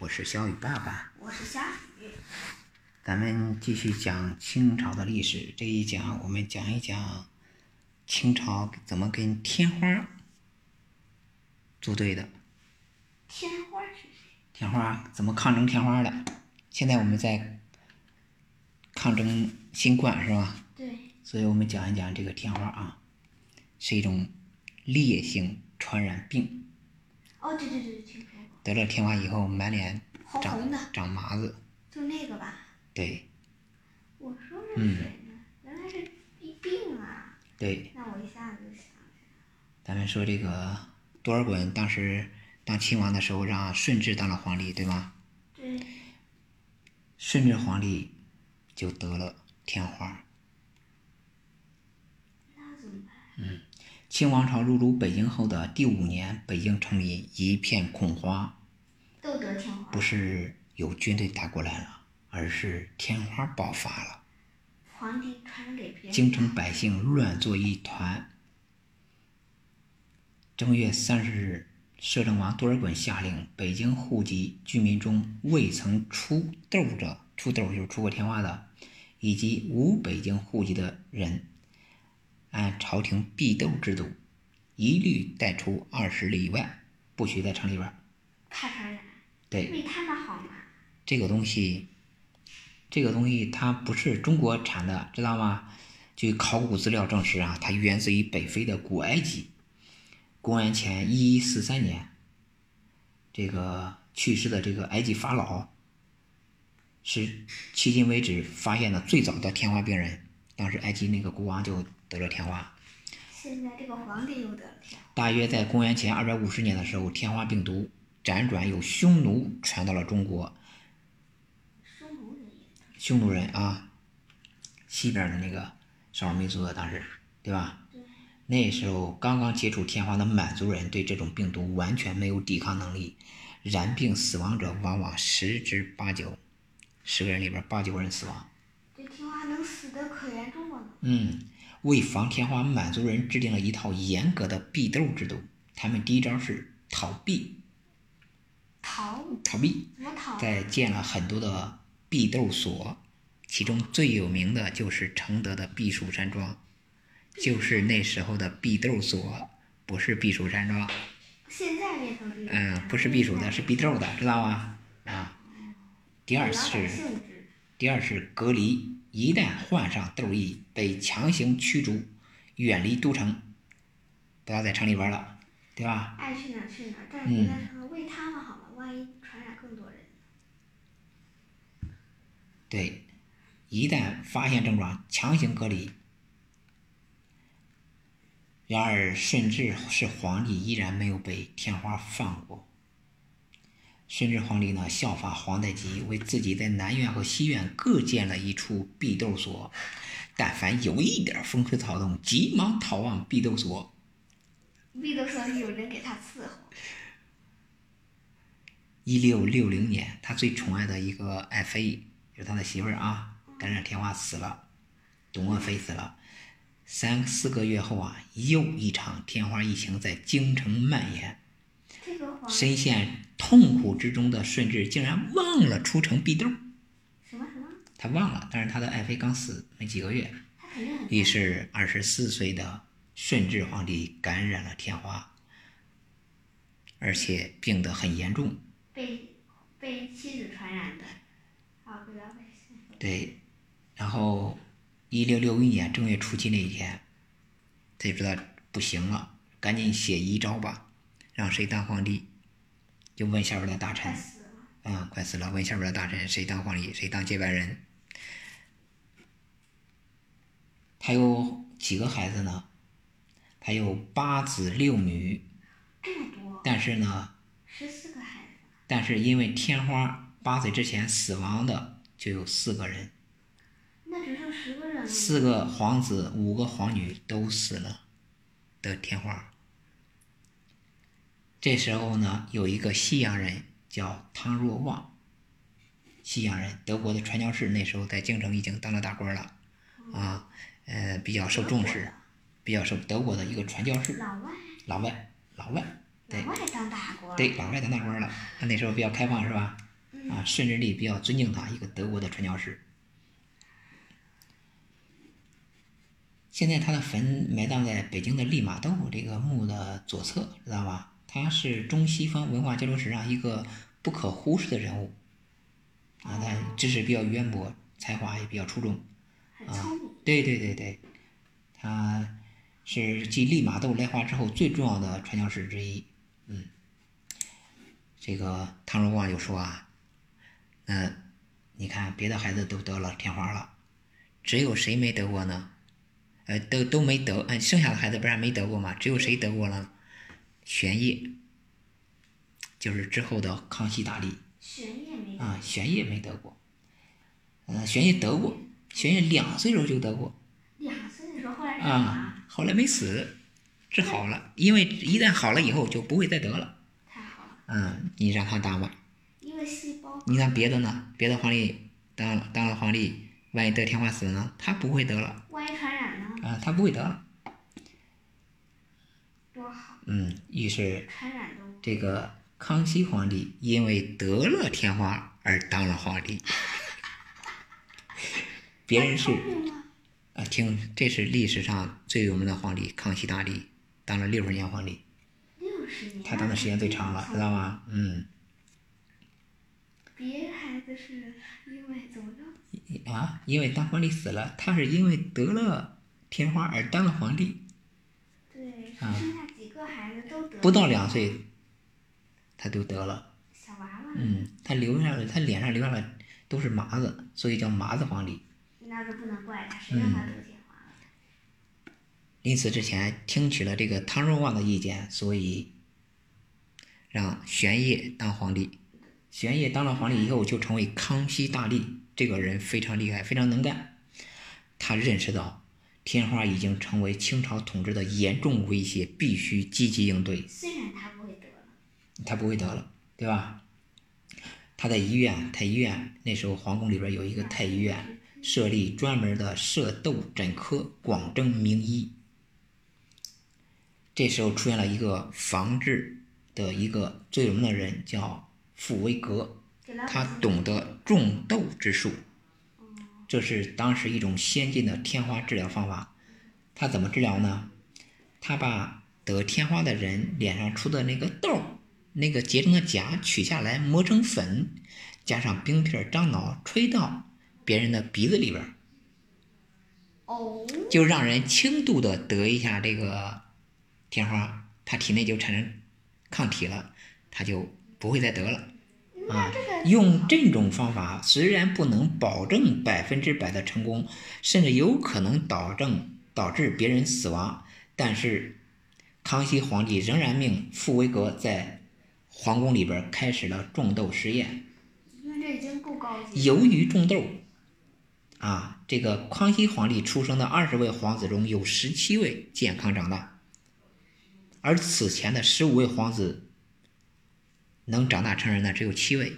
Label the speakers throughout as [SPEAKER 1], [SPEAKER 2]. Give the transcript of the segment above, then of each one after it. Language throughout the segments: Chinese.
[SPEAKER 1] 我是小雨爸爸，
[SPEAKER 2] 我是小雨。
[SPEAKER 1] 咱们继续讲清朝的历史。这一讲我们讲一讲清朝怎么跟天花组队的，
[SPEAKER 2] 天花是谁？
[SPEAKER 1] 天花怎么抗争天花的。现在我们在抗争新冠是吧？
[SPEAKER 2] 对，
[SPEAKER 1] 所以我们讲一讲这个天花啊，是一种烈性传染病。
[SPEAKER 2] 哦，对对对，听说过，
[SPEAKER 1] 得了天花以后，满脸
[SPEAKER 2] 好
[SPEAKER 1] 长
[SPEAKER 2] 红的，
[SPEAKER 1] 长麻子，
[SPEAKER 2] 就那个吧。
[SPEAKER 1] 对
[SPEAKER 2] 我说是谁
[SPEAKER 1] 嗯
[SPEAKER 2] 呢？原来是一病啊！
[SPEAKER 1] 对。
[SPEAKER 2] 那我一下子就想起来
[SPEAKER 1] 咱们说这个多尔衮当时当亲王的时候，让顺治当了皇帝，对吧？
[SPEAKER 2] 了，对，
[SPEAKER 1] 顺治皇帝就得了天花。
[SPEAKER 2] 那怎么办？
[SPEAKER 1] 清王朝入主北京后的第五年，北京城里一片恐慌，
[SPEAKER 2] 都得天花
[SPEAKER 1] 不，是有军队打过来了，而是天花爆发了，
[SPEAKER 2] 皇帝传给别人，
[SPEAKER 1] 京城百姓乱作一团。正月三十日，摄政王多尔衮下令，北京户籍居民中未曾出痘者，出痘就是出过天花的，以及无北京户籍的人，按朝廷避痘制度，一律带出二十里以外，不许在城里边儿。
[SPEAKER 2] 怕传染，
[SPEAKER 1] 对，
[SPEAKER 2] 为他们好嘛。
[SPEAKER 1] 这个东西，这个东西它不是中国产的，知道吗？据考古资料证实啊，它源自于北非的古埃及，公元前一一四三年，这个去世的这个埃及法老，是迄今为止发现的最早的天花病人。当时埃及那个国王就得了天花，
[SPEAKER 2] 现在这个皇帝又得了天花，
[SPEAKER 1] 大约在公元前二百五十年的时候，天花病毒辗转由匈奴传到了中国，
[SPEAKER 2] 匈奴人也得，
[SPEAKER 1] 匈奴人啊，西边的那个少数民族的，当时对吧？
[SPEAKER 2] 对，
[SPEAKER 1] 那时候刚刚接触天花的满族人对这种病毒完全没有抵抗能力，染病死亡者往往十之八九，十个人里边八九个人死亡。
[SPEAKER 2] 这天花能死的可严重了呢。
[SPEAKER 1] 嗯，为防天花，满族人制定了一套严格的避痘制度。他们第一招是逃避，
[SPEAKER 2] 逃
[SPEAKER 1] 逃避。
[SPEAKER 2] 怎么逃？
[SPEAKER 1] 在建了很多的避痘所，其中最有名的就是承德的避暑山庄，就是那时候的避痘所，不是避暑山庄，
[SPEAKER 2] 现在变成这个，
[SPEAKER 1] 嗯，不是避暑的，是避痘的，知道吗？啊，第
[SPEAKER 2] 第
[SPEAKER 1] 二是
[SPEAKER 2] 性质，
[SPEAKER 1] 第二是隔离，一旦患上痘疫，被强行驱逐，远离都城，不要在城里玩了，对吧？
[SPEAKER 2] 爱去哪儿去哪儿，但是
[SPEAKER 1] 嗯
[SPEAKER 2] 别的时候为他们好了，万一传染更多人。
[SPEAKER 1] 对，一旦发现症状，强行隔离。然而，顺治是皇帝，依然没有被天花放过。顺治皇帝呢，效法皇太极，为自己在南院和西院各建了一处避痘所。但凡有一点风吹草动，急忙逃往避痘所。
[SPEAKER 2] 绿豆说是有人给他伺候，
[SPEAKER 1] 一六六零年，他最宠爱的一个爱妃，就是他的媳妇儿啊，感染天花死了，董鄂妃死了。三四个月后啊，又一场天花疫情在京城蔓延，
[SPEAKER 2] 这个皇什
[SPEAKER 1] 深陷痛苦之中的顺治竟然忘了出城避痘，
[SPEAKER 2] 么什么，
[SPEAKER 1] 他忘了，但是他的爱妃刚死没几个月，
[SPEAKER 2] 他肯定很
[SPEAKER 1] 于是二十四岁的顺治皇帝感染了天花，而且病得很严重。
[SPEAKER 2] 被被妻子传染的，啊，不要被媳妇
[SPEAKER 1] 对，然后一六六一年正月初七那一天，他就知道不行了，赶紧写遗诏吧，让谁当皇帝，就问下边的大臣
[SPEAKER 2] 快，死了，
[SPEAKER 1] 啊，快死了，问下边的大臣谁当皇帝，谁当接班人。他有几个孩子呢？他有八子六女，
[SPEAKER 2] 这么多，
[SPEAKER 1] 但是呢，
[SPEAKER 2] 十四个孩子，
[SPEAKER 1] 但是因为天花，八岁之前死亡的就有四个人。
[SPEAKER 2] 那只剩十个人了，
[SPEAKER 1] 四个皇子，五个皇女都死了的天花。这时候呢，有一个西洋人叫汤若望，西洋人，德国的传教士，那时候在京城已经当了大官了，
[SPEAKER 2] 嗯
[SPEAKER 1] 啊，呃，比较受重视，比较受德国的一个传教士，
[SPEAKER 2] 老外
[SPEAKER 1] 老外，老外，对
[SPEAKER 2] 老外当大官，
[SPEAKER 1] 对，老外当大官了，那时候比较开放是吧？啊，甚至力比较尊敬他，一个德国的传教士。现在他的坟埋葬在北京的利玛窦这个墓的左侧，知道吧？他是中西方文化交流史上一个不可忽视的人物，啊，他知识比较渊博，才华也比较出众。
[SPEAKER 2] 很聪明，
[SPEAKER 1] 对对对对，他是继利玛窦来华之后最重要的传教士之一。嗯，这个汤若望就说啊，那你看别的孩子都得了天花了，只有谁没得过呢？呃，都都没得，嗯，剩下的孩子不是还没得过吗？只有谁得过了？玄烨，就是之后的康熙大帝。
[SPEAKER 2] 神也没
[SPEAKER 1] 啊，玄烨没得过，呃，玄烨得过，玄烨两岁时候就得过
[SPEAKER 2] 两岁的时候，后来是干嘛？
[SPEAKER 1] 啊，后来没死，治好了，因为一旦好了以后就不会再得了。
[SPEAKER 2] 太好了，
[SPEAKER 1] 嗯，你让他当吧，
[SPEAKER 2] 因为细胞
[SPEAKER 1] 你看别的呢，别的皇帝当了当了皇帝，万一得天花死了呢，他不会得了
[SPEAKER 2] 万一传染呢，
[SPEAKER 1] 啊，他不会得了。
[SPEAKER 2] 多好，
[SPEAKER 1] 嗯，于是
[SPEAKER 2] 传染都
[SPEAKER 1] 这个康熙皇帝因为得了天花而当了皇帝， 别人是
[SPEAKER 2] 太聪明了，
[SPEAKER 1] 啊，听，这是历史上最有名的皇帝康熙大帝，当了六十年皇帝，
[SPEAKER 2] 六十年，
[SPEAKER 1] 他当的时间最长了，知道吗？嗯，
[SPEAKER 2] 别孩子是因为怎么着？
[SPEAKER 1] 啊，因为当皇帝死了，他是因为得了天花而当了皇帝，
[SPEAKER 2] 对，
[SPEAKER 1] 啊
[SPEAKER 2] 剩下几个孩子都得
[SPEAKER 1] 不到两岁，他就得了。
[SPEAKER 2] 小娃娃，
[SPEAKER 1] 嗯，他留下了，他脸上留下了都是麻子，所以叫麻子皇帝。
[SPEAKER 2] 那就不能怪他，谁让他得天花了？
[SPEAKER 1] 临死之前听取了这个汤若望的意见，所以让玄烨当皇帝。玄烨当了皇帝以后，就成为康熙大帝。这个人非常厉害，非常能干。他认识到天花已经成为清朝统治的严重威胁，必须积极应对。
[SPEAKER 2] 虽然他不会得了，
[SPEAKER 1] 他不会得了，对吧？他在医院，太医院那时候皇宫里边有一个太医院，设立专门的射痘诊科，广征名医。这时候出现了一个防治的一个最有名的人，叫傅维格，
[SPEAKER 2] 给老百
[SPEAKER 1] 他
[SPEAKER 2] 姓
[SPEAKER 1] 懂得种痘之术，这是当时一种先进的天花治疗方法。他怎么治疗呢？他把得天花的人脸上出的那个痘儿，那个结成的痂取下来，磨成粉，加上冰片儿樟脑吹到别人的鼻子里边儿，
[SPEAKER 2] 哦，
[SPEAKER 1] 就让人轻度的得一下这个天花，他体内就产生抗体了，他就不会再得了。
[SPEAKER 2] 那这个
[SPEAKER 1] 啊用这种方法虽然不能保证百分之百的成功，甚至有可能导致导致别人死亡，但是康熙皇帝仍然命傅维格在皇宫里边开始了种豆实验。
[SPEAKER 2] 因为这已经够高级了，
[SPEAKER 1] 由于种豆，啊，这个康熙皇帝出生的二十位皇子中有十七位健康长大，而此前的十五位皇子能长大成人的只有七位，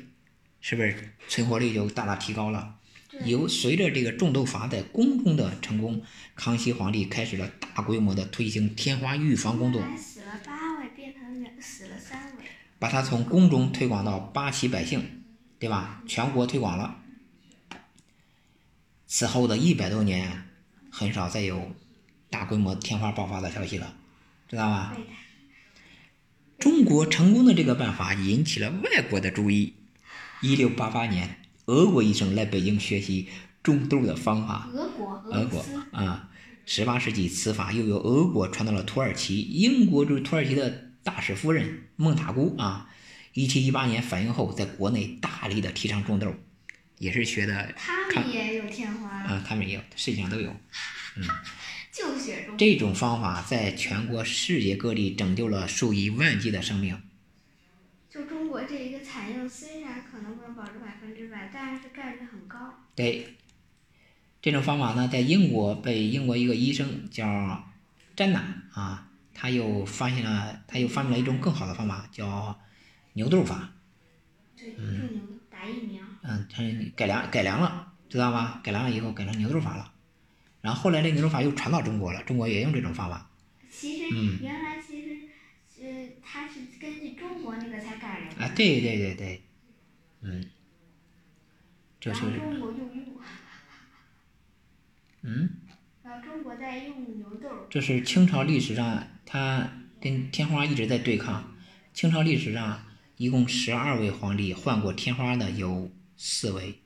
[SPEAKER 1] 是不是存活率就大大提高了？
[SPEAKER 2] 对
[SPEAKER 1] 由随着这个种豆法在宫中的成功，康熙皇帝开始了大规模的推行天花预防工作
[SPEAKER 2] 原，来死了八位变成两死了三位，
[SPEAKER 1] 把它从宫中推广到八旗百姓，对吧？全国推广了。此后的一百多年，啊很少再有大规模天花爆发的消息了，知道吧？
[SPEAKER 2] 被他
[SPEAKER 1] 中国成功的这个办法引起了外国的注意。一六八八年，俄国医生来北京学习种痘的方法，
[SPEAKER 2] 俄国俄
[SPEAKER 1] 俄
[SPEAKER 2] 罗
[SPEAKER 1] 国
[SPEAKER 2] 斯
[SPEAKER 1] 啊，十八世纪此法又由俄国传到了土耳其，英国驻土耳其的大使夫人孟塔姑啊，一七一八年反应后，在国内大力的提倡种痘，也是学的
[SPEAKER 2] 他
[SPEAKER 1] 看
[SPEAKER 2] 们也有天花，
[SPEAKER 1] 啊，他们也有，世界上都有。
[SPEAKER 2] 就血中
[SPEAKER 1] 这种方法在全国世界各地拯救了数以万计的生命。
[SPEAKER 2] 就中国这一个采用，虽然可能不能保证百分之百，但是概率很高。
[SPEAKER 1] 对，这种方法呢，在英国被英国一个医生叫詹纳啊，他又发现了，他又发明了一种更好的方法，叫牛痘法。
[SPEAKER 2] 对，种牛打疫苗，
[SPEAKER 1] 嗯，它改良改良了，知道吗？改良了以后改成牛肉法了，然后后来这牛肉法又传到中国了，中国也用这种方法。
[SPEAKER 2] 其实
[SPEAKER 1] 嗯
[SPEAKER 2] 原来其实呃，它是根据中国那个才改良
[SPEAKER 1] 啊，
[SPEAKER 2] 的。
[SPEAKER 1] 对对对对，嗯，这
[SPEAKER 2] 然
[SPEAKER 1] 是
[SPEAKER 2] 后中国用牛，
[SPEAKER 1] 嗯，
[SPEAKER 2] 然后中国在用牛痘儿，
[SPEAKER 1] 这是清朝历史上他跟天花一直在对抗。清朝历史上一共十二位皇帝患过天花的有四位：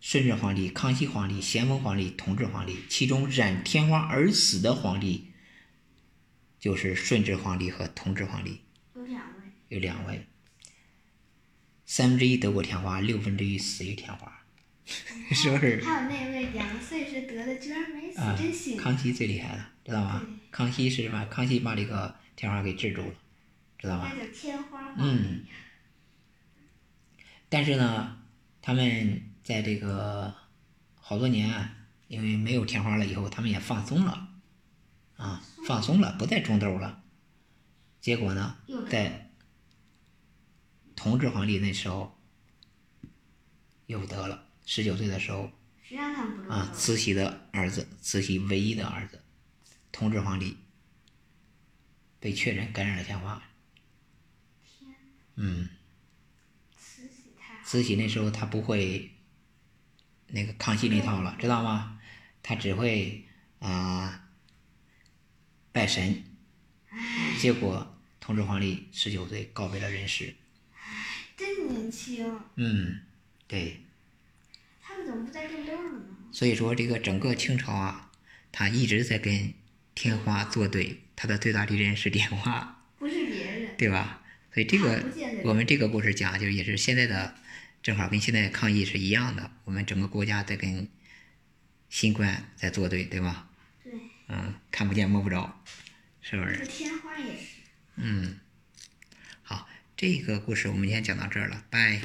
[SPEAKER 1] 顺治皇帝、康熙皇帝、咸丰皇帝、同治皇帝。其中染天花而死的皇帝就是顺治皇帝和同治皇帝。
[SPEAKER 2] 有两位，
[SPEAKER 1] 有两位，三分之一得过天花，六分之一死于天花， 是不是？
[SPEAKER 2] 还有那位两岁时得的，居然没死，
[SPEAKER 1] 啊
[SPEAKER 2] 真行。
[SPEAKER 1] 康熙最厉害了，知道吗
[SPEAKER 2] 对？
[SPEAKER 1] 康熙是什么？康熙把这个天花给治住了，知道吗
[SPEAKER 2] 那？叫天花嘛。
[SPEAKER 1] 嗯。但是呢，他们在这个好多年啊，因为没有天花了以后，他们也放松了，啊，放松了，不再种痘了。结果呢，
[SPEAKER 2] 又来
[SPEAKER 1] 在同治皇帝那时候又得了，十九岁的时候
[SPEAKER 2] 谁让他们不知
[SPEAKER 1] 啊
[SPEAKER 2] 道，？
[SPEAKER 1] 慈禧的儿子，慈禧唯一的儿子，同治皇帝被确诊感染了天花。
[SPEAKER 2] 天，
[SPEAKER 1] 嗯，
[SPEAKER 2] 慈禧太后，
[SPEAKER 1] 慈禧那时候她不会那个康熙那套了，知道吗？她只会啊、拜神。结果同治皇帝十九岁告别了人世。
[SPEAKER 2] 真年轻，
[SPEAKER 1] 嗯，对。
[SPEAKER 2] 他们怎么不在种痘儿呢？
[SPEAKER 1] 所以说，这个整个清朝啊，他一直在跟天花作对，他的最大敌人是天花，
[SPEAKER 2] 不是别人，
[SPEAKER 1] 对吧？所以这个
[SPEAKER 2] 看不见的
[SPEAKER 1] 我
[SPEAKER 2] 人。
[SPEAKER 1] 们这个故事讲，就也是现在的，正好跟现在的抗疫是一样的，我们整个国家在跟新冠在作对，对吧？
[SPEAKER 2] 对，
[SPEAKER 1] 嗯，看不见摸不着，是不
[SPEAKER 2] 这
[SPEAKER 1] 是
[SPEAKER 2] 个？天花也是。
[SPEAKER 1] 嗯，好，这个故事我们先讲到这儿了，拜。